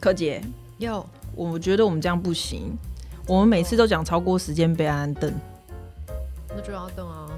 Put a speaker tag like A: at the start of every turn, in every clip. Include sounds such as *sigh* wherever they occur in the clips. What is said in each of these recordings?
A: 柯姐，
B: 有
A: 我觉得我们这样不行，我们每次都讲超过时间被安安瞪。
B: 那就要等啊。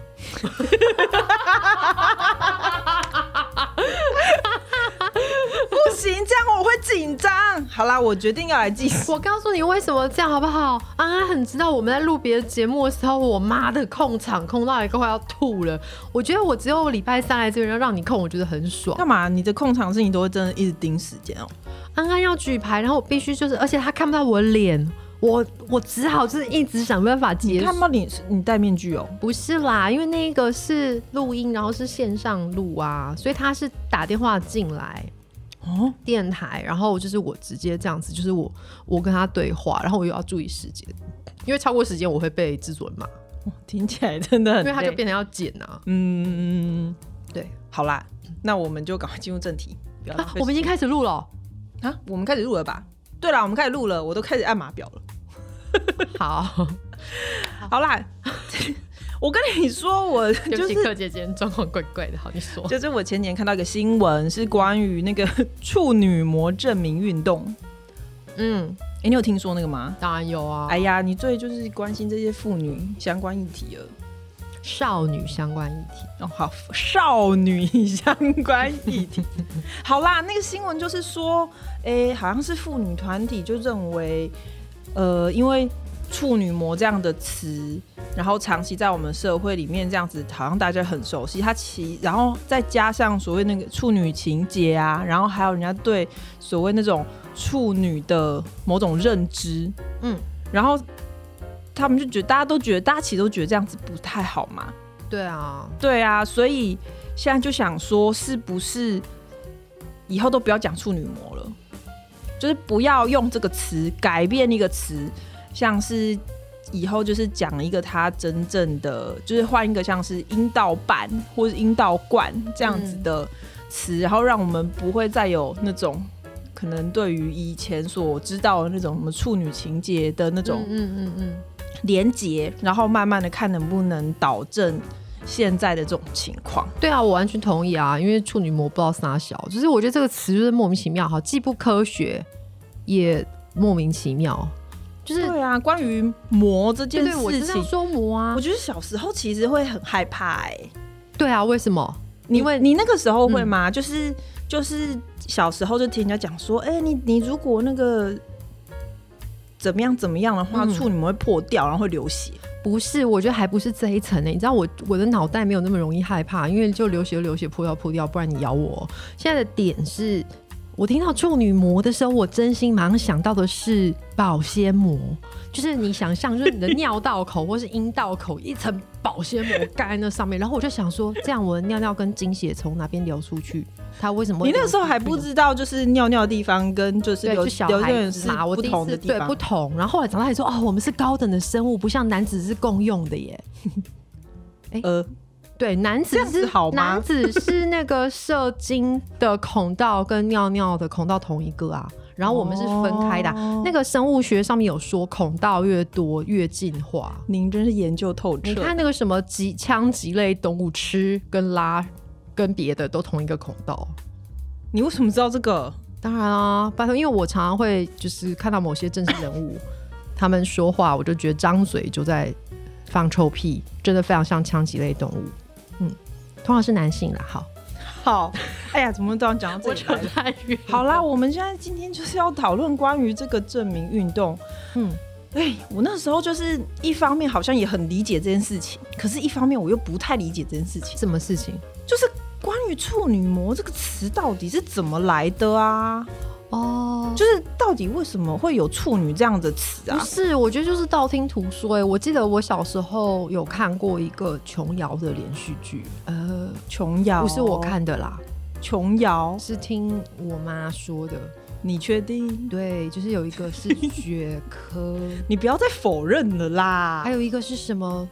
A: 不行，这样我会紧张。好啦，我决定要来计时。
B: 我告诉你为什么这样好不好？安安很知道我们在录别的节目的时候，我妈的控场控到一个快要吐了。我觉得我只有礼拜三来这边要让你控，我觉得很爽。
A: *laughs* 干嘛？你的控场是你都会真的一直盯时间哦、
B: 安安要举牌，然后我必须就是，而且他看不到我脸，我我只好就是一直想办法
A: 你
B: 结
A: 看
B: 束。
A: 不到你是，你戴面具哦、
B: 不是啦，因为那个是录音，然后是线上录啊，所以他是打电话进来
A: 哦，
B: 电台，然后就是我直接这样子，就是我我跟他对话，然后我又要注意时间，因为超过时间我会被制作人骂，
A: 听起来真的很
B: 因为他就
A: 累
B: 变成要剪啊。
A: 嗯，
B: 对，
A: 好啦，那我们就赶快进入正题。不要浪
B: *laughs* 啊
A: 费，
B: 我们已经开始录了哦。
A: 啊，我们开始录了吧？对啦，我们开始录了，我都开始按码表了。
B: *laughs* 好，
A: 好啦， *laughs* 我跟你说，我
B: 对
A: 就
B: 不起，
A: 是
B: 柯姐今天状况怪怪的。好，你说。
A: 就是我前年看到一个新闻，是关于那个 *laughs* 处女膜证明运动。
B: 嗯，
A: 哎、你有听说那个吗？
B: 当然有啊。
A: 哎呀，你最就是关心这些妇女相关议题了。
B: 少女相关议题。
A: 哦，好，少女相关议题。 *laughs* 好啦，那个新闻就是说，哎、好像是妇女团体就认为，呃，因为处女膜这样的词，然后长期在我们社会里面这样子，好像大家很熟悉。它其然后再加上所谓那个处女情节啊，然后还有人家对所谓那种处女的某种认知，
B: 嗯，
A: 然后他们就觉得大家都觉得，大家其实都觉得这样子不太好嘛。
B: 对啊，
A: 对啊，所以现在就想说，是不是以后都不要讲处女膜了？就是不要用这个词，改变一个词，像是以后就是讲一个它真正的，就是换一个像是阴道瓣或是阴道冠这样子的词，然后让我们不会再有那种可能对于以前所知道的那种什么处女情节的那种
B: 嗯嗯嗯嗯，
A: 连结，然后慢慢的看能不能导正现在的这种情况。
B: 对啊，我完全同意啊，因为处女膜不知道是哪小，就是我觉得这个词就是莫名其妙，好，既不科学，也莫名其妙，就是
A: 对啊，关于膜这
B: 对
A: 件
B: 对，我就
A: 事
B: 是
A: 情
B: 要，说膜啊
A: 我，觉得小时候其实会很害怕哎、
B: 对啊，为什么？
A: 你
B: 因为嗯
A: 你那个时候会吗？就是就是小时候就听人家讲说，哎、你你如果那个怎么样怎么样的话，
B: 嗯
A: 处女膜会破掉，然后会流血。
B: 不是，我觉得还不是这一层呢、欸你知道我我的脑袋没有那么容易害怕，因为就流血就流血，破掉破掉，不然你咬我。现在的点是，我听到处女膜的时候，我真心马上想到的是保鲜膜，就是你想象，就是你的尿道口或是阴道口一层保鲜膜盖在那上面，然后我就想说，这样我的尿尿跟经血从哪边流出去？它为什么会
A: 你
B: 流出
A: 那个
B: 去呢？
A: 时候还不知道，就是尿尿的地方跟就是
B: 对，
A: 流
B: 就小
A: 流
B: 孩
A: 血
B: 子
A: 是
B: 嘛，我
A: 不
B: 第一
A: 同
B: 次
A: 的地
B: 对不
A: 方。
B: 同。然后后来长大才说，哦，我们是高等的
A: *laughs*
B: 生物，不像男子是共用的耶。
A: 呃，
B: 对，男子
A: 这样子
B: 是
A: 好吗
B: 男子是那个射精的孔道跟尿尿的孔道同一个啊，然后我们是分开的啊、
A: 哦
B: 那个生物学上面有说，孔道越多越进化。
A: 您真是研究透彻。
B: 你看那个什么脊腔脊类动物吃跟拉跟别的都同一个孔道。
A: 你为什么知道这个？
B: 当然啊，拜托，因为我常常会就是看到某些政治人物他们说话，我就觉得张嘴就在放臭屁，真的非常像枪击类动物。嗯，通常是男性啦。好，
A: 好，哎呀，怎么突然讲 *laughs* 到这里来了？
B: 太远。
A: 好啦，我们现在今天就是要讨论关于这个证明运动。
B: 嗯，
A: 哎，我那时候就是一方面好像也很理解这件事情，可是一方面我又不太理解这件事情，
B: 什么事情？
A: 就是关于处女膜这个词到底是怎么来的啊？
B: 哦，
A: 就是到底为什么会有处女这样的词
B: 不
A: 啊？
B: 是，我觉得就是道听途说、欸。我记得我小时候有看过一个琼瑶的连续剧，呃，
A: 琼瑶
B: 不是我，看的啦，
A: 琼瑶，
B: 是听我妈说的。
A: 你确定？
B: 对，就是有一个 *laughs* 是雪科。
A: 你不要再否认了啦！
B: 还有一个是什么？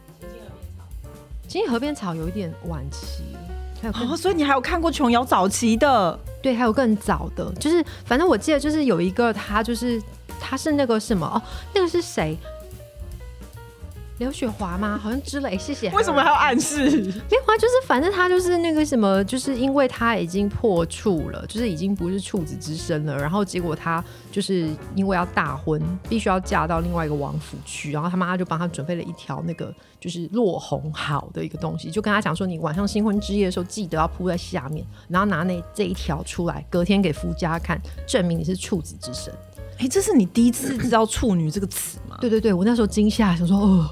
B: 其实河边草有一点晚期了，还有更、
A: 哦，所以你还有看过琼瑶早期的？
B: 对，还有更早的，就是反正我记得就是有一个他就是他是那个什么哦，那个是谁？刘雪华吗？好像之类，谢谢。
A: 为什么还要暗示？
B: 没有啊，就是反正他就是那个什么，就是因为他已经破处了，就是已经不是处子之身了。然后结果他就是因为要大婚，必须要嫁到另外一个王府去。然后他妈就帮他准备了一条那个就是落红好的一个东西，就跟他讲说，你晚上新婚之夜的时候记得要铺在下面，然后拿那这一条出来，隔天给夫家看，证明你是处子之身。
A: 哎、这是你第一次知道“处女”这个词吗？
B: 对对对，我那时候惊吓，想说哦。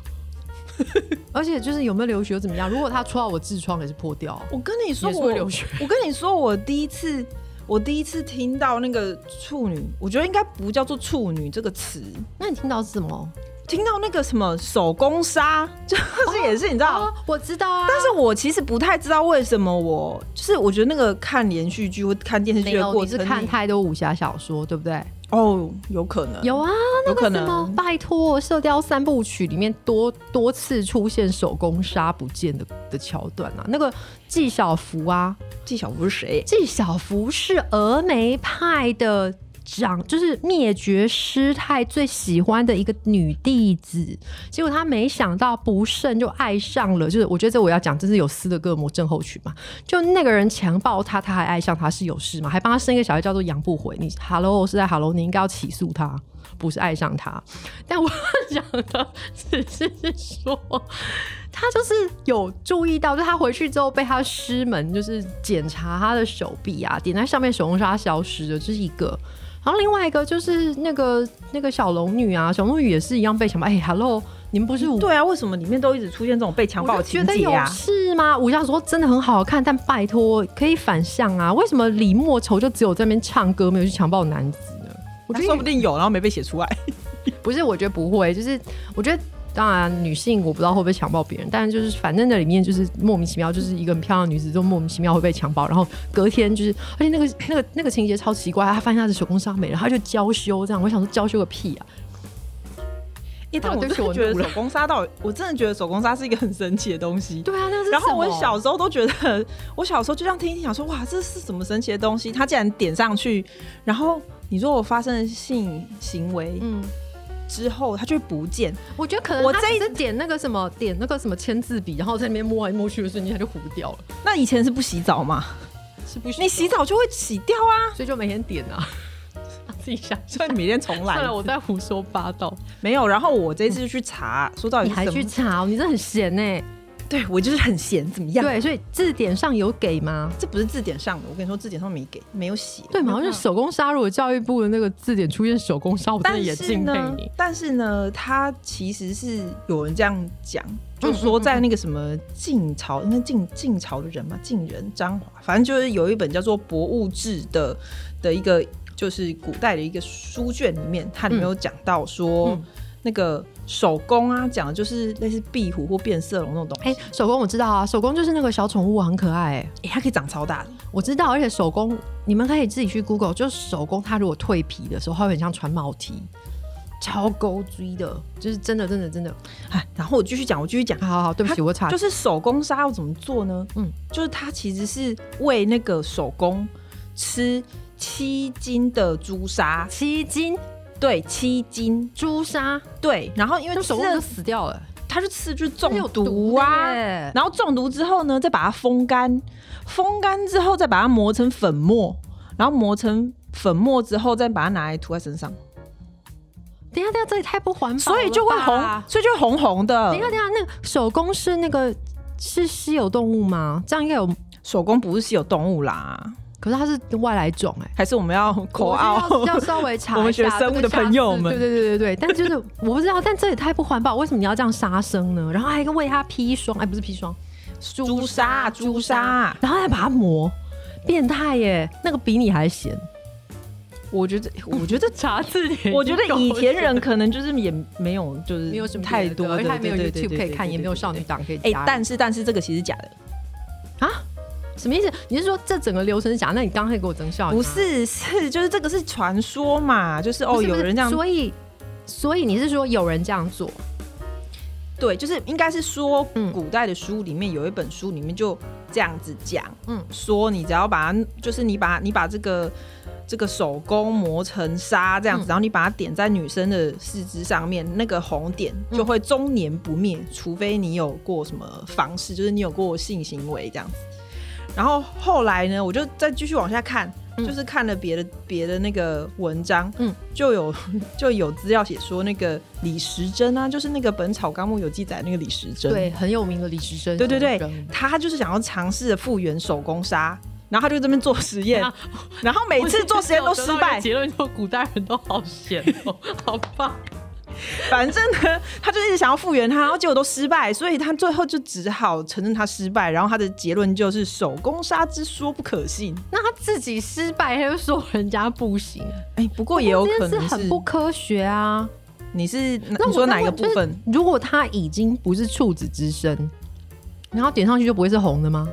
B: 而且就是有没有流血又怎么样？如果他戳到我痔疮，也是破掉。
A: 我跟你说
B: 也是
A: 我，
B: 会流血
A: 我跟你说，我第一次，我第一次听到那个处女，我觉得应该不叫做处女这个词，
B: 那你听到是什么？
A: 听到那个什么手工纱，就是也是你知道。
B: 哦，我知道啊。
A: 但是我其实不太知道为什么我，就是我觉得那个看连续剧或看电视
B: 没
A: 剧的
B: 有，
A: 过
B: 你是
A: 程，
B: 看太多武侠小说，对不对？
A: 哦，有可能
B: 嗯有啊，
A: 有可
B: 什么
A: 能，
B: 拜托，《射雕三部曲》里面多多次出现手工杀不见的的桥段啊，那个纪晓芙啊，
A: 纪晓芙是谁？
B: 纪晓芙是峨眉派的长，就是灭绝师太最喜欢的一个女弟子。结果她没想到不慎就爱上了，就是我觉得这我要讲，这是有斯德哥尔摩症候群嘛？就那个人强暴她，她还爱上他是有事吗？还帮他生一个小孩叫做杨不悔。你 Hello 是在 Hello，你应该要起诉他。不是爱上他，但我 *laughs* 讲的只是说，他就是有注意到，就是他回去之后被他师门就是检查他的手臂啊，点在上面手工纱消失的，这、是一个。然后另外一个就是那个那个小龙女啊，小龙女也是一样被强暴。哎、h e l l o 你们不是武
A: 对啊，为什么里面都一直出现这种被强暴
B: 我
A: 的
B: 就觉
A: 情
B: 得
A: 节
B: 有
A: 啊？
B: 事吗？武侠小说真的很好看，但拜托可以反向啊！为什么李莫愁就只有在那边唱歌，没有去强暴男子呢？我
A: 那
B: 觉得
A: 说不定有，然后没被写出来。
B: 不是，我觉得不会，就是我觉得。当然，女性我不知道会不会强暴别人，但是就是反正那里面就是莫名其妙，就是一个很漂亮的女子就莫名其妙会被强暴，然后隔天就是，而且那个那个 *laughs* 那个情节超奇怪，她发现她的手工纱没了，她就娇羞这样，我想说娇羞个屁啊！
A: 欸但
B: 好
A: 我
B: 对
A: 真
B: 不起
A: 的觉
B: 我怒
A: 得手工纱到底，我真的觉得手工纱是一个很神奇的东西。
B: 对啊，那个是
A: 然后我
B: 什么
A: 小时候都觉得，我小时候就这样听一听，想说哇，这是什么神奇的东西？它竟然点上去，然后你说我发生了性行为
B: 嗯，
A: 之后，它就会不见。
B: 我觉得可能
A: 我
B: 她
A: 这一
B: 只是点那个什么点那个什么签字笔，然后在那边摸来摸去的瞬间，她就糊掉了，
A: 那以前是不洗澡吗？
B: 是不行，
A: 你洗澡就会洗掉
B: *laughs*
A: 啊，
B: 所以就每天点啊，自己想
A: 所以你每天重来
B: 算 *laughs* 了，我在胡说八道，
A: 啊没有。然后我这一次就去查，说到底
B: 你
A: 是
B: 还
A: 什么
B: 去查哦，你真的很闲呢、
A: 对我就是很闲，怎么样？，
B: 对，所以字典上有给吗？
A: 这不是字典上的，我跟你说，字典上没给，没有写。
B: 对嘛？
A: 没
B: 我
A: 有
B: 就
A: 办法
B: 手工纱，如果教育部的那个字典出现手工纱，我真的
A: 但
B: 也
A: 是
B: 敬佩
A: 呢
B: 你。，
A: 但是呢，他其实是有人这样讲，
B: 嗯
A: 就说在那个什么晋朝，应该晋晋朝的人嘛，晋人张华，反正就是有一本叫做《博物志》的的一个，就是古代的一个书卷里面，它里面有讲到说、
B: 嗯
A: 那个手工啊，讲的就是类似壁虎或变色龙那种东西，
B: 哎、手工我知道啊，手工就是那个小宠物啊，很可爱、哎，
A: 诶它可以长超大的，
B: 我知道，而且手工你们可以自己去 Google，就手工它如果蜕皮的时候，它会很像穿毛 T，超勾追的，就是真的真的真的。
A: 哎，然后我继续讲，我继续讲，
B: 好好好，对不起，
A: 它
B: 我查
A: 就是手工沙要怎么做呢？
B: 嗯
A: 嗯，就是它其实是喂那个手工吃七斤的朱砂，
B: 七斤
A: 对，七斤，
B: 朱砂，
A: 对。然后因为
B: 那
A: 吃
B: 手工就
A: 了，
B: 死掉了，
A: 它就吃就是
B: 那有
A: 中毒
B: 的
A: 啊。
B: 耶
A: 然后中毒之后呢，再把它风干，风干之后再把它磨成粉末，然后磨成粉末之后再把它拿来涂在身上，
B: 等一下等一下，这也太不环保了
A: 所
B: 吧，
A: 以就会红，所以就会红红的
B: 等一。下，等一下，那个手工是那个是稀有动物吗？这样应该有，
A: 手工不是稀有动物啦，
B: 可是它是外来种哎、
A: 还是我们要口
B: 我觉得要
A: 傲
B: 要？稍微查一下
A: *laughs* 我们学生物的朋友们
B: 这个下次对对对对对，但就是我不知道，但这也太不环保，为什么你要这样杀生呢？然后还有一个为它砒霜，哎，不是砒霜，
A: *laughs* 朱砂，朱，砂。
B: 然后还把它磨，变态耶！那个比你还闲，
A: 我觉得，我觉得，
B: 查字
A: *laughs*
B: 典
A: 我觉得以前 *laughs* 人可能就是也没有，就是
B: 没有什么
A: 太多的，
B: 而且还没有
A: 对对对
B: YouTube 可以
A: 对
B: 看，
A: 对对
B: 也没有少女党可以
A: 哎、
B: 加入。
A: 但是但是这个其实假的，
B: 啊，什么意思？你是说这整个流程是假的？那你刚才给我增效，
A: 不是是就是这个是传说嘛，就是
B: 不
A: 哦
B: 是不
A: 有
B: 是
A: 人这样
B: 所以所以你是说有人这样做？
A: 对，就是应该是说
B: 嗯
A: 古代的书里面有一本书里面就这样子讲，
B: 嗯
A: 嗯，说你只要把它就是你把你把这个这个手工磨成沙这样子，
B: 嗯
A: 然后你把它点在女生的四肢上面，那个红点就会终年不灭，除非你有过什么方式，就是你有过性行为这样子。然后后来呢，我就再继续往下看，
B: 嗯
A: 就是看了别的别的那个文章，
B: 嗯
A: 嗯，就有 *laughs* 就有资料写说那个李时珍啊，就是那个《本草纲目》有记载那个李时珍，
B: 对，很有名的李时珍，
A: 对对对
B: 小人，
A: 他就是想要尝试复原手工沙，然后他就这边做实验，
B: 啊
A: 然后每次做实验都失败，
B: 结论就是古代人都好闲哦， *laughs* 好棒。
A: 反正呢，他就一直想要复原它，然后结果都失败，所以他最后就只好承认他失败，然后他的结论就是手工沙之说不可信。
B: 那他自己失败，他就说人家不行，
A: 哎、不过也有可
B: 这件
A: 能
B: 事
A: 是
B: 很不科学啊。
A: 你是你
B: 那我
A: 说
B: 在
A: 哪一个
B: 问
A: 部
B: 就是
A: 分？
B: 如果他已经不是处子之身，然后点上去就不会是红的吗？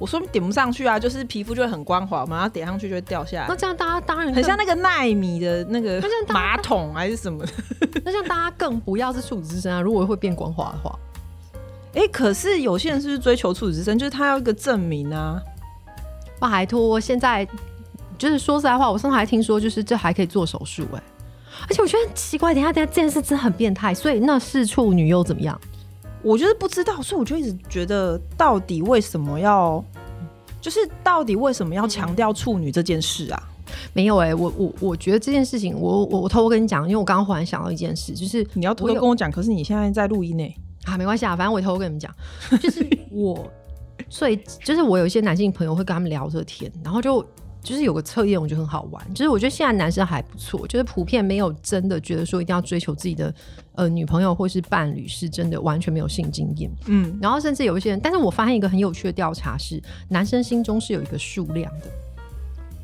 A: 我说点不上去啊，就是皮肤就会很光滑嘛，然后点上去就会掉下
B: 那
A: 来，
B: 这样大家当然
A: 很
B: 更
A: 像那个奈米的那个
B: 那像大
A: 马桶还是什
B: *laughs*
A: 么的。
B: 那这样大家更不要是处子之身啊！如果会变光滑的话，
A: 哎、可是有些人是不是追求处子之身，就是他要一个证明啊。
B: 拜托，现在就是说实在话，我上次还听说，就是这还可以做手术哎、而且我觉得很奇怪，等一下等一下这件事真的很变态，所以那是处女又怎么样？
A: 我就是不知道，所以我就一直觉得，到底为什么要，就是到底为什么要强调处女这件事啊？
B: 没有哎、我我我觉得这件事情，我我我偷偷跟你讲，因为我刚刚忽然想到一件事，就是
A: 你要偷
B: 我
A: 偷
B: 有
A: 跟嗯我讲，可是你现在在录音呢。
B: 啊，没关系啊，反正我也偷偷跟你们讲，就是我最就是我有一些男性朋友会跟他们聊这个天，然后就就是有个测验，我觉得很好玩，就是我觉得现在男生还不错，就是普遍没有真的觉得说一定要追求自己的呃女朋友或是伴侣是真的完全没有性经验，
A: 嗯，
B: 然后甚至有一些人，但是我发现一个很有趣的调查是，男生心中是有一个数量的，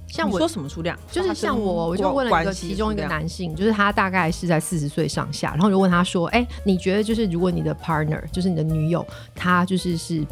B: 像
A: 你
B: 我
A: 说什么数量？
B: 就是像我，我就问了一个其中一个
A: 男。
B: 男性，就是他大概是在四十岁上下，然后我就问他说：“哎、你觉得就是如果你的 partner，就是你的女友，她就是是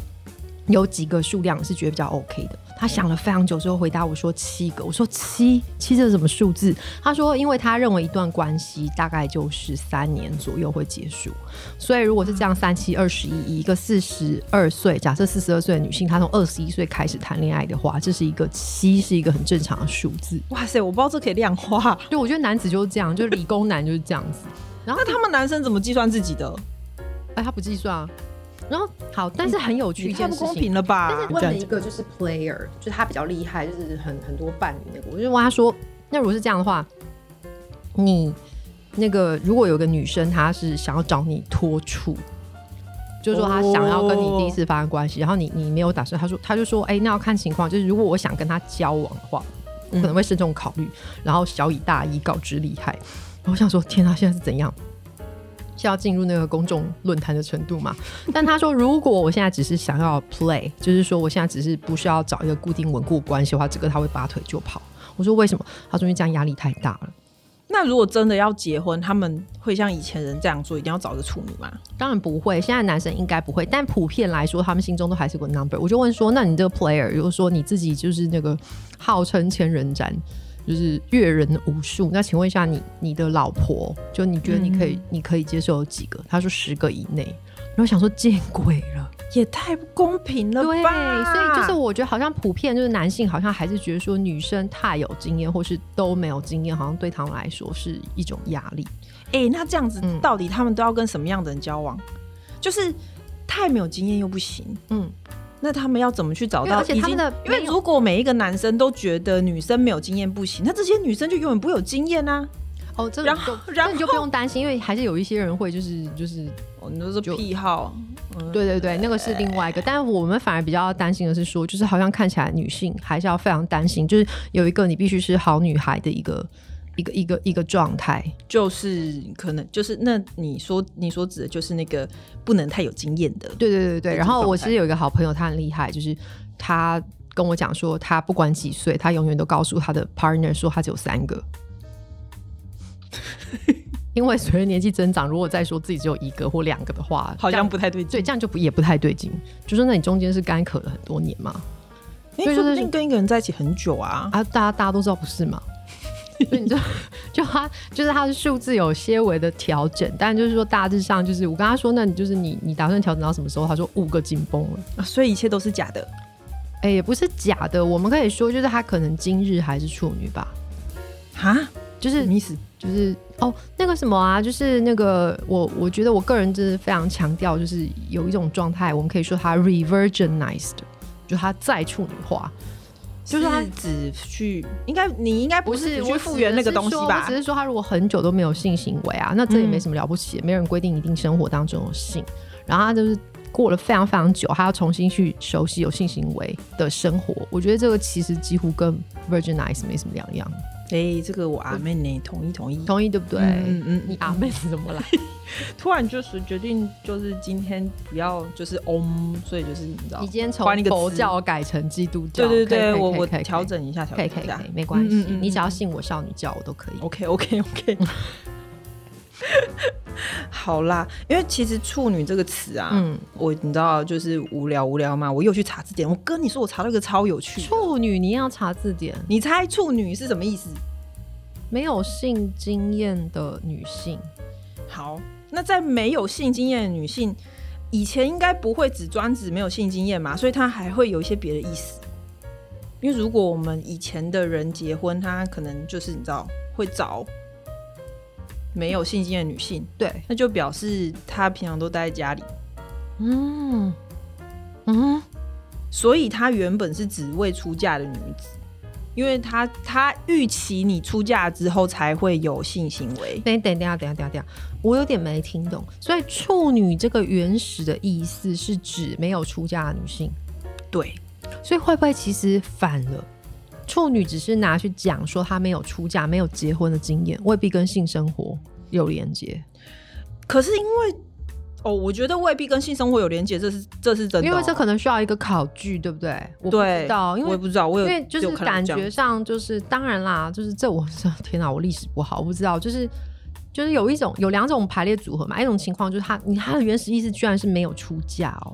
B: 有几个数量是觉得比较 OK 的？”他想了非常久之后回答我说：“七个。”我说：“七，七这是什么数字？”他说：“因为他认为一段关系大概就是三年左右会结束，所以如果是这样三七二十一，以一个四十二岁，假设四十二岁的女性，她从二十一岁开始谈恋爱的话，这是一个七，是一个很正常的数字。”
A: 哇塞，我不知道这可以量
B: *laughs*
A: 化。
B: 对，我觉得男子就是这样，就是理工男就是这样子。然后
A: 那他们男生怎么计算自己的？
B: 哎，他不计算啊。然后好，但是很有趣
A: 也
B: 一
A: 太
B: 件
A: 不
B: 事
A: 公
B: 情。
A: 平了吧？
B: 但是
A: 这
B: 问了
A: 样
B: 一
A: 讲
B: 个就是 player，就是他比较厉害，就是很很多伴侣那个，我就问他说，那如果是这样的话，你那个如果有个女生她是想要找你脱处，就是说她想要跟你第一次发生关系，然后你你没有打算，她说她就说，哎、那要看情况，就是如果我想跟她交往的话，我可能会慎重考虑，然后小以大义，告知利害。然后我想说，天啊，现在是怎样？是要进入那个公众论坛的程度嘛？但他说，如果我现在只是想要 play，就是说我现在只是不需要找一个固定稳固关系的话，这个他会拔腿就跑。我说为什么？他说因为这样压力太大了。
A: 那如果真的要结婚，他们会像以前人这样做，一定要找一个处女吗？
B: 当然不会，现在男生应该不会，但普遍来说，他们心中都还是有个 number。我就问说，那你这个 player，如果说你自己就是那个号称千人斩，就是阅人无数，那请问一下你你的老婆，就你觉得你可
A: 嗯
B: 以、你可以接受有几个？他说十个以内。然后我想说见鬼
A: *laughs*
B: 了，
A: 也太不公平了
B: 对，
A: 吧？
B: 所以就是我觉得好像普遍就是男性好像还是觉得说女生太有经验或是都没有经验，好像对他们来说是一种压力。
A: 哎、那这样子
B: 嗯
A: 到底他们都要跟什么样的人交往？就是太没有经验又不行，
B: 嗯，
A: 那他们要怎么去找
B: 因为
A: 到
B: 而
A: 已
B: 且
A: 经？
B: 他们的
A: 因为
B: 没有
A: 如果每一个男生都觉得女生没有经验不行，那这些女生就永远不会有经验啊！
B: 哦，这个
A: 然
B: 你就
A: 后然
B: 那你就不用担心，因为还是有一些人会就是就是
A: 哦，你说是
B: 就
A: 癖好，
B: 对对对，那个是另外一个。但我们反而比较担心的是说，就是好像看起来女性还是要非常担心，就是有一个你必须是好女孩的一个一个一个一个状态。
A: 就是可能就是那你说你所指的就是那个不能太有经验的，
B: 对对对对。
A: 这
B: 然
A: 种
B: 后我
A: 状
B: 其
A: 态
B: 实有一个好朋友，他很厉害，就是他跟我讲说，他不管几岁，他永远都告诉他的 partner 说他只有三个。 *laughs* 因为随着年纪增长，如果再说自己只有一个或两个的话，
A: 好
B: 这样
A: 像不太对劲。
B: 对，这样就不也不太对劲。就说那你中间是干渴了很多年嘛？
A: 因为
B: 所以就
A: 说不
B: 是
A: 定跟一个人在一起很久啊，
B: 啊，大家大家都知道不是嘛？所以你就就他就是他的数字有些微的调整，但就是说大致上就是我跟他说，那你就是你你打算调整到什么时候？他说五个紧绷了，
A: 啊所以一切都是假的。
B: 哎、也不是假的，我们可以说就是他可能今日还是处女吧，
A: 哈，
B: 就是
A: 什么意思？
B: 就是哦，那个什么啊，就是那个我我觉得我个人就是非常强调，就是有一种状态，我们可以说它 revirginized，就它再处女化。就是它
A: 指去，应该你应该不是指去复原那个东西
B: 我
A: 吧
B: 只？是说他如果很久都没有性行为啊，那这也没什么了不起，没人规定一定生活当中有性。然后他就是过了非常非常久，他要重新去熟悉有性行为的生活。我觉得这个其实几乎跟 virginize 没什么两样，
A: 哎、这个我阿妹呢，同意同意。
B: 同意嗯对不对？
A: 嗯嗯
B: 你阿妹是怎么来？
A: 突然就是决定，就是今天不要就是嗡，所以就是你知道
B: 你，今天从
A: 换一个词
B: 佛教改成基督教？
A: 对对
B: 可以
A: 对，
B: 可以
A: 我
B: 可以
A: 我
B: 可以
A: 调整一下，调
B: 可
A: 整
B: 以可以
A: 一下
B: 可以，没关系，
A: 嗯嗯嗯
B: 你只要信我少女教，我都可以。
A: OK OK OK，好啦，因为其实“处女”这个词啊，
B: 嗯，
A: 我你知道就是无聊无聊嘛，我又去查字典，我跟你说我查到一个超有趣的，
B: 处女你要查字典，
A: 你猜“处女”是什么意思？
B: 没有性经验的女性。
A: 好，那在没有性经验的女性，以前应该不会只专指没有性经验嘛，所以她还会有一些别的意思。因为如果我们以前的人结婚，他可能就是你知道会找没有性经验的女性，
B: 对，
A: 那就表示她平常都待在家里，
B: 嗯嗯，
A: 所以她原本是只为出嫁的女子。因为她她预期你出嫁之后才会有性行为，
B: 等等等一下等一下等一下等一下，我有点没听懂。所以处女这个原始的意思是指没有出嫁的女性，
A: 对，
B: 所以会不会其实反了？处女只是拿去讲说她没有出嫁、没有结婚的经验，未必跟性生活有连接，
A: 可是因为哦，我觉得未必跟性生活有连接，这是这是真的哦、
B: 因为这可能需要一个考据，对不对？我不
A: 对，
B: 知道，因
A: 我也
B: 为。
A: 不知道，我有
B: 因为就
A: 有
B: 是
A: 看到
B: 感
A: 这样
B: 觉上，就是当然啦，就是 *laughs* 这我天哪，我历史不好，我不知道，就是就是有一种有两种排列组合嘛，一种情况就是他你他的原始意思居然是没有出嫁哦，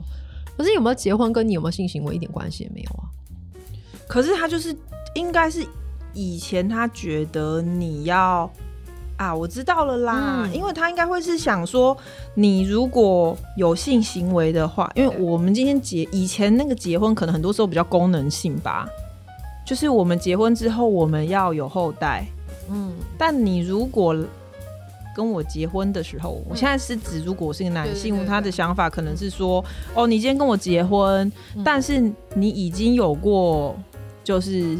B: 可是有没有结婚跟你有没有性行为一点关系也没有啊？
A: 可是他就是应该是以前他觉得你要啊，我知道了啦，
B: 嗯
A: 因为他应该会是想说，你如果有性行为的话，因为我们今天结以前那个结婚，可能很多时候比较功能性吧，就是我们结婚之后我们要有后代，
B: 嗯，
A: 但你如果跟我结婚的时候，我现在是指如果我是个男性，
B: 嗯对对对对
A: 他的想法可能是说，哦，你今天跟我结婚，
B: 嗯
A: 但是你已经有过就是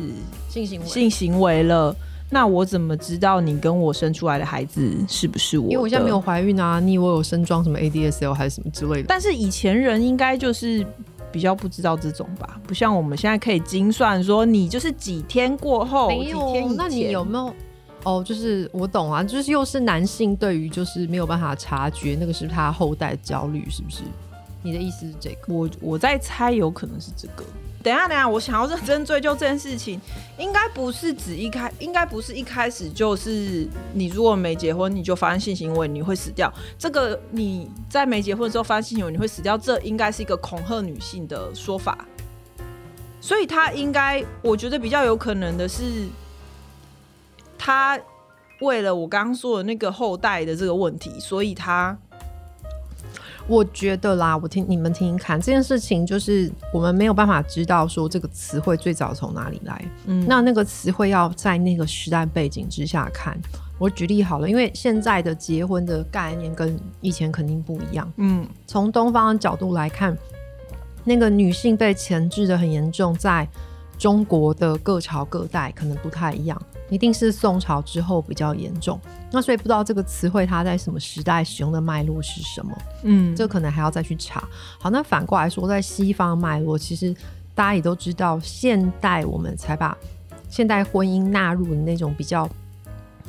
B: 性行为，
A: 性行为了，那我怎么知道你跟我生出来的孩子是不是我？
B: 因为我现在没有。怀孕啊，你以为我有身装什么 ADSL 还是什么之类的？
A: 但是以前人应该就是比较不知道这种吧，不像我们现在可以精算说你就是几天过后，
B: 没
A: 几天以
B: 有啊
A: 前，
B: 那你有没有？哦，就是我懂啊，就是又是男性对于就是没有办法察觉那个是他后代焦虑，是不是？你的意思是这个？
A: 我我在猜，有可能是这个。等一下，等一下，我想要认真追究这件事情，应该不是只一开，应该不是一开始就是你如果没结婚你就发生性行为你会死掉。这个你在没结婚的时候发生性行为你会死掉，这应该是一个恐吓女性的说法。所以他应该，我觉得比较有可能的是，他为了我刚刚说的那个后代的这个问题，所以他
B: 我觉得啦，我听你们听听看，这件事情就是我们没有办法知道说这个词汇最早从哪里来。
A: 嗯
B: 那那个词汇要在那个时代背景之下看。我举例好了，因为现在的结婚的概念跟以前肯定不一样。
A: 嗯
B: 从东方的角度来看，那个女性被钳制的很严重，在中国的各朝各代可能不太一样，一定是宋朝之后比较严重。那所以不知道这个词汇它在什么时代使用的脉络是什么。
A: 嗯
B: 这可能还要再去查。好，那反过来说，在西方脉络，其实大家也都知道，现代我们才把现代婚姻纳入那种比较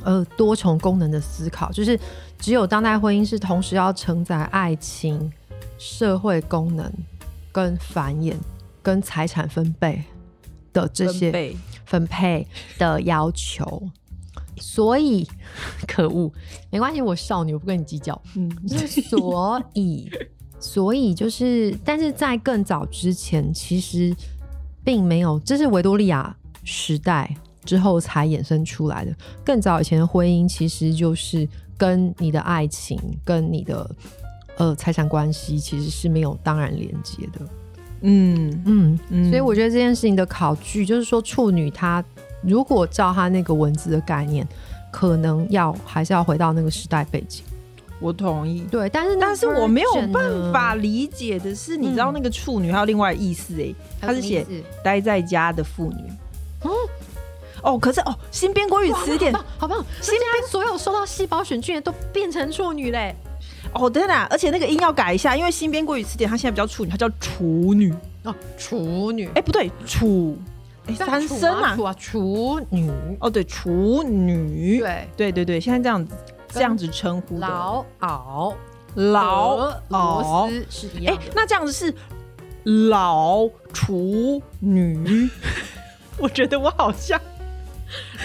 B: 呃多重功能的思考，就是只有当代婚姻是同时要承载爱情、社会功能、跟繁衍、跟财产分配的这
A: 分
B: 些
A: 贝
B: 分配的要求。所以， *laughs* 可恶，没关系，我少女，我不跟你计较。
A: 嗯。
B: *laughs* 所以，所以就是，但是在更早之前，其实并没有，这是维多利亚时代之后才衍生出来的。更早以前的婚姻，其实就是跟你的爱情、跟你的呃财产关系，其实是没有当然连接的。
A: 嗯
B: 嗯，
A: 嗯
B: 所以我觉得这件事情的考据，就是说处女她如果照他那个文字的概念，可能要还是要回到那个时代背景。
A: 我同意。
B: 对，但是那
A: 但是我没有
B: version
A: 办
B: 呢
A: 法，理解的是，你知道那个处女还有另外意思哎、他是写
B: 嗯还有什么意思
A: 待在家的妇女。
B: 嗯
A: 哦，可是哦，新编国语词
B: *laughs*
A: 典
B: 哇好棒，好棒！现在所有收到细胞选菌的都变成处女嘞。
A: 哦，对啦，而且那个音要改一下，因为新编国语词典它现在比较处女，它叫处女。
B: 哦，处女
A: 哎、，不对，处，哎、
B: 对
A: 三声啊
B: 处。啊，处女，
A: 哦，对，处女。
B: 对，
A: 对对对现在这样子这样子称呼的
B: 劳敖，
A: 老
B: 俄
A: 哦
B: 罗，斯是一
A: 哎、
B: 样的。
A: 那这样子是老处女。 *laughs* 我觉得我好像，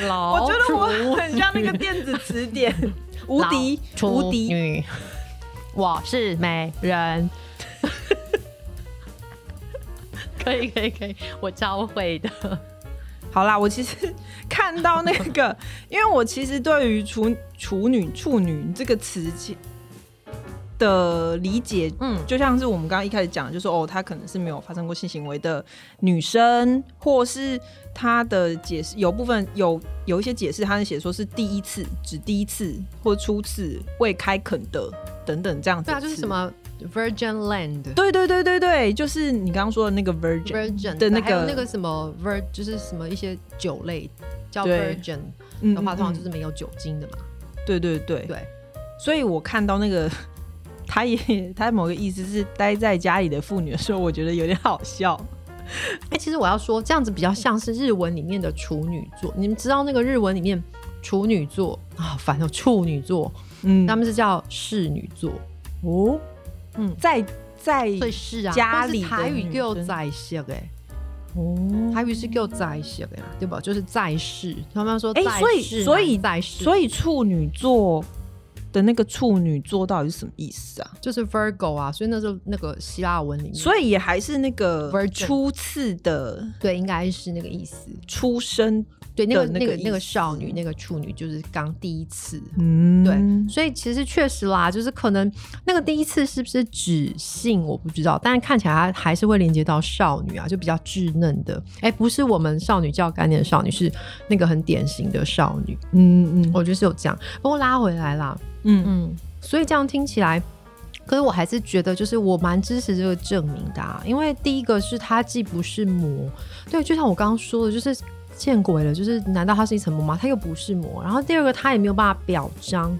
A: 我
B: 劳
A: 觉得
B: 处
A: 我很像那个电子词
B: *laughs*
A: 典，无敌
B: 老处
A: 无敌。
B: 女，我是美人。 *laughs* 可以可以可以，我超会的。
A: 好啦，我其实 *laughs* 看到那个，因为我其实对于处处女、处女这个词其的理解，
B: 嗯
A: 就像是我们刚刚一开始讲的，就说哦，她可能是没有发生过性行为的女生，或是她的解释有部分有有一些解释，她是写说是第一次，只第一次或初次未开垦的等等这样子。
B: 对啊，就是什？么 Virgin Land。
A: 对对对对对，就是你刚刚说的那个 virgin，
B: Virgin
A: 的那
B: 还有
A: 个
B: 那个什么 Vir 就是什么一些酒类叫
A: 对
B: Virgin
A: 嗯
B: 的话，通常就是
A: 嗯
B: 没有酒精的嘛。
A: 嗯对对对
B: 对，
A: 所以我看到那个， *laughs* 她也她某个意思是待在家里的妇女的时候，我觉得有点好笑。
B: 哎，其实我要说，这样子比较像是日文里面的处女座。你们知道那个日文里面处女座啊，好烦哦，处女座，
A: 嗯
B: 他们是叫侍女座，
A: 哦，
B: 嗯
A: 在在
B: 所以是啊，
A: 家
B: 但是
A: 里的
B: 台语
A: 女
B: 叫
A: 生
B: 在世哎，
A: 哦，
B: 台语是叫在世哎，对吧？就是在世，他们说
A: 哎
B: 在
A: 所以
B: 世
A: 所
B: 男
A: 以
B: 在世，
A: 所以处女座的那个处女座到底是什么意思啊？
B: 就是 Virgo 啊，所以那时候那个希腊文里面，
A: 所以也还是那个
B: Virgin
A: 初次的
B: 对，应该是那个意思。
A: 出生，
B: 对，那个
A: 的那
B: 那
A: 个
B: 个
A: 意
B: 那个
A: 思
B: 少女，那个处女，就是刚第一次。
A: 嗯，
B: 对，所以其实确实啦，就是可能那个第一次是不是指性我不知道，但是看起来它还是会连接到少女啊，就比较稚嫩的。哎，不是我们少女教概念的少女，是那个很典型的少女。
A: 嗯嗯
B: 我觉得是有这样，不过拉回来啦，
A: 嗯
B: 嗯，所以这样听起来，可是我还是觉得，就是我蛮支持这个证明的、啊，因为第一个是它既不是膜，对，就像我刚刚说的，就是见鬼了，就是难道它是一层膜吗？它又不是膜。然后第二个，它也没有办法表彰，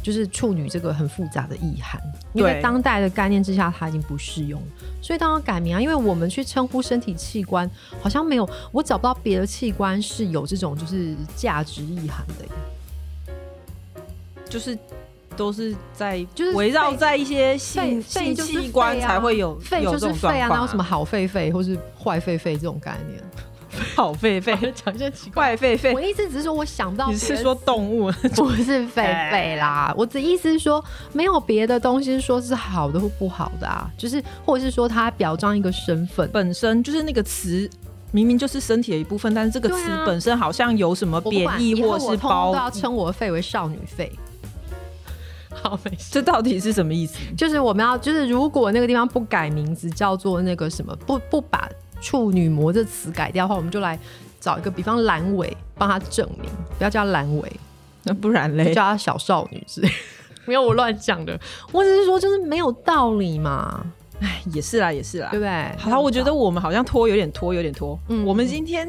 B: 就是处女这个很复杂的意涵，因为
A: 对
B: 当代的概念之下，它已经不适用了。所以当然改名啊，因为我们去称呼身体器官，好像没有，我找不到别的器官是有这种就是价值意涵的耶。
A: 嗯，就是都是在
B: 就是
A: 围绕
B: 肺
A: 在一些性
B: 肺肺
A: 性
B: 就是
A: 器官
B: 肺啊
A: 才会有
B: 肺
A: 有
B: 就
A: 这
B: 是
A: 种
B: 肺
A: 状
B: 啊，
A: 况
B: 哪有什么好狒狒或是坏狒狒这种概念？
A: 好狒狒？
B: *laughs* 讲一些奇。
A: 怪狒狒
B: 我，的意思只是说，我想到
A: 你
B: 别
A: 是
B: 的
A: 说哎动物？ *laughs*
B: 不是狒狒啦？我的意思是说，没有别的东西说是好的或不好的啊，就是或者是说它表彰一个身份。
A: 本身就是那个词，明明就是身体的一部分，但是这个
B: 对
A: 词
B: 啊
A: 本身好像有什么
B: 我不
A: 贬
B: 管，
A: 义
B: 以后
A: 或
B: 我
A: 是
B: 通通
A: 包
B: 都，要称我的肺为少女肺。 *laughs* 好，没事。
A: 这到底是什么意思？
B: 就是我们要，就是如果那个地方不改名字，叫做那个什么，不不把“处女膜”这词改掉的话，我们就来找一个，比方阑尾，帮他证明，不要叫阑尾，
A: 那不然
B: 就
A: 嘞？
B: 叫他小少女之类。 *laughs* 没有我乱讲的，我只是说就是没有道理嘛，
A: 哎 *laughs* 也是啦，也是啦
B: 对。不对？
A: 好啦，我觉得我们好像拖有点拖，有点拖。
B: 嗯
A: 我们
B: 嗯
A: 今天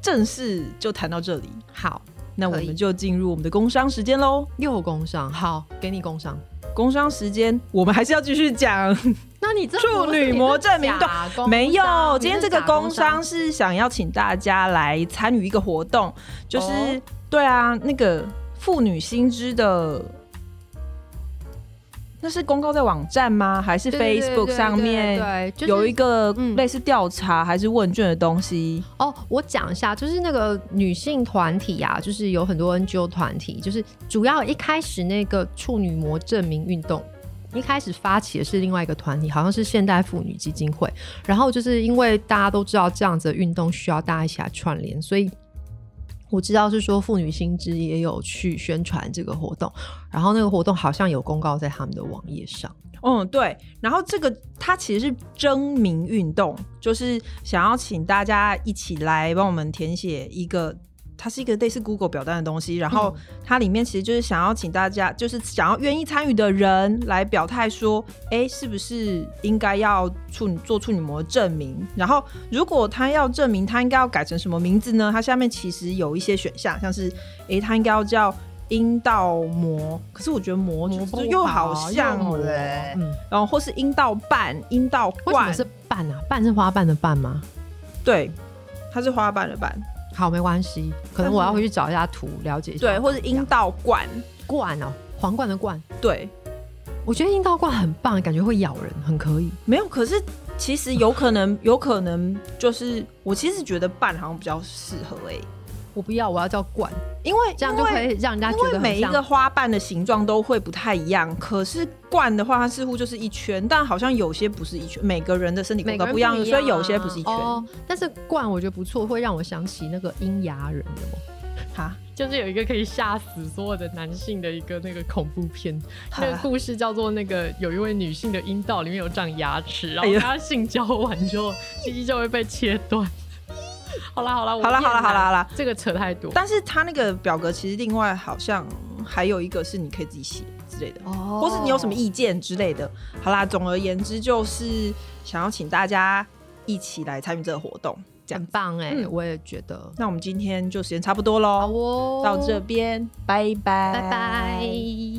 A: 正式就谈到这里，
B: 好，
A: 那我
B: 可以
A: 们就进入我们的工商时间喽。
B: 又工伤，好，给你工伤。
A: 工商时间，我们还是要继续讲。
B: 那你这
A: 处女膜证明
B: 对
A: 段？没有，今天这个工商是想要请大家来参与一个活动，就是、
B: 哦
A: 对啊，那个妇女新知的。那是公告在网站吗？还是 Facebook 上面
B: 对，就是
A: 有一个
B: 嗯
A: 类似调查还是问卷的东西？
B: 哦，我讲一下，就是那个女性团体啊，就是有很多 NGO 团体，就是主要一开始那个处女膜证明运动。一开始发起的是另外一个团体，好像是现代妇女基金会。然后就是因为大家都知道这样子的运动需要大家一起来串联，所以我知道是说妇女新知也有去宣传这个活动，然后那个活动好像有公告在他们的网页上。
A: 嗯，对。然后这个它其实是征名运动，就是想要请大家一起来帮我们填写一个，它是一个类似 Google 表单的东西。然后它里面其实就是想要请大家，就是想要愿意参与的人来表态说，哎，是不是应该要处女做处女膜证明？然后如果他要证明，他应该要改成什么名字呢？它下面其实有一些选项，像是哎，他应该要叫。阴道膜，可是我觉得膜就
C: 不
A: 是又好像
C: 又
A: 哦
C: 嘞
B: 嗯，
A: 然后或是阴道瓣、阴道
B: 为什么
A: 冠，
B: 是瓣啊？瓣是花瓣的瓣吗？
A: 对，它是花瓣的瓣，
B: 好，没关系，可能我要回去找一下图了解一下。
A: 对，或是阴道冠，
B: 罐哦，皇冠的冠。
A: 对，
B: 我觉得阴道罐很棒，感觉会咬人，很可以。
A: 没有。可是其实有可
B: *laughs*
A: 能，有可能就是我其实觉得瓣好像比较适合哎、
B: 我不要，我要叫罐，
A: 因为
B: 这样就
A: 因为
B: 可以让人家
A: 因
B: 觉
A: 为
B: 得
A: 每
B: 很
A: 一
B: 像
A: 个花瓣的形状都会不太一样，可是冠的话，它似乎就是一圈，但好像有些不是一圈，每个人的身体构
B: 每个
A: 造
B: 人
A: 一样，
B: 不一
A: 所
B: 样
A: 以有些不是一圈。
B: 哦，但是罐我觉得不错，会让我想起那个阴牙人有没有
A: 哈，
B: 就是有一个可以吓死所有的男性的一个那个恐怖片，
A: 好
B: 那个故事叫做那个有一位女性的阴道里面有长牙齿，然
A: 哎
B: 后
A: 呀
B: 她性交完之后，鸡鸡就会被切断。 *laughs* 好啦好啦，我
A: 好啦
B: 们
A: 好啦
B: 越
A: 好啦
B: 南
A: 好啦，
B: 这个扯太多
A: 但是它那个表格其实另外好像还有一个是你可以自己写之类的。
B: 哦
A: 或是你有什么意见之类的。好啦，总而言之就是想要请大家一起来参与这个活动。这样
B: 很棒哎、
A: 嗯
B: 我也觉得。
A: 那我们今天就时间差不多
B: 好
A: 喽，
B: 哦，
A: 到这边，拜拜，
B: 拜拜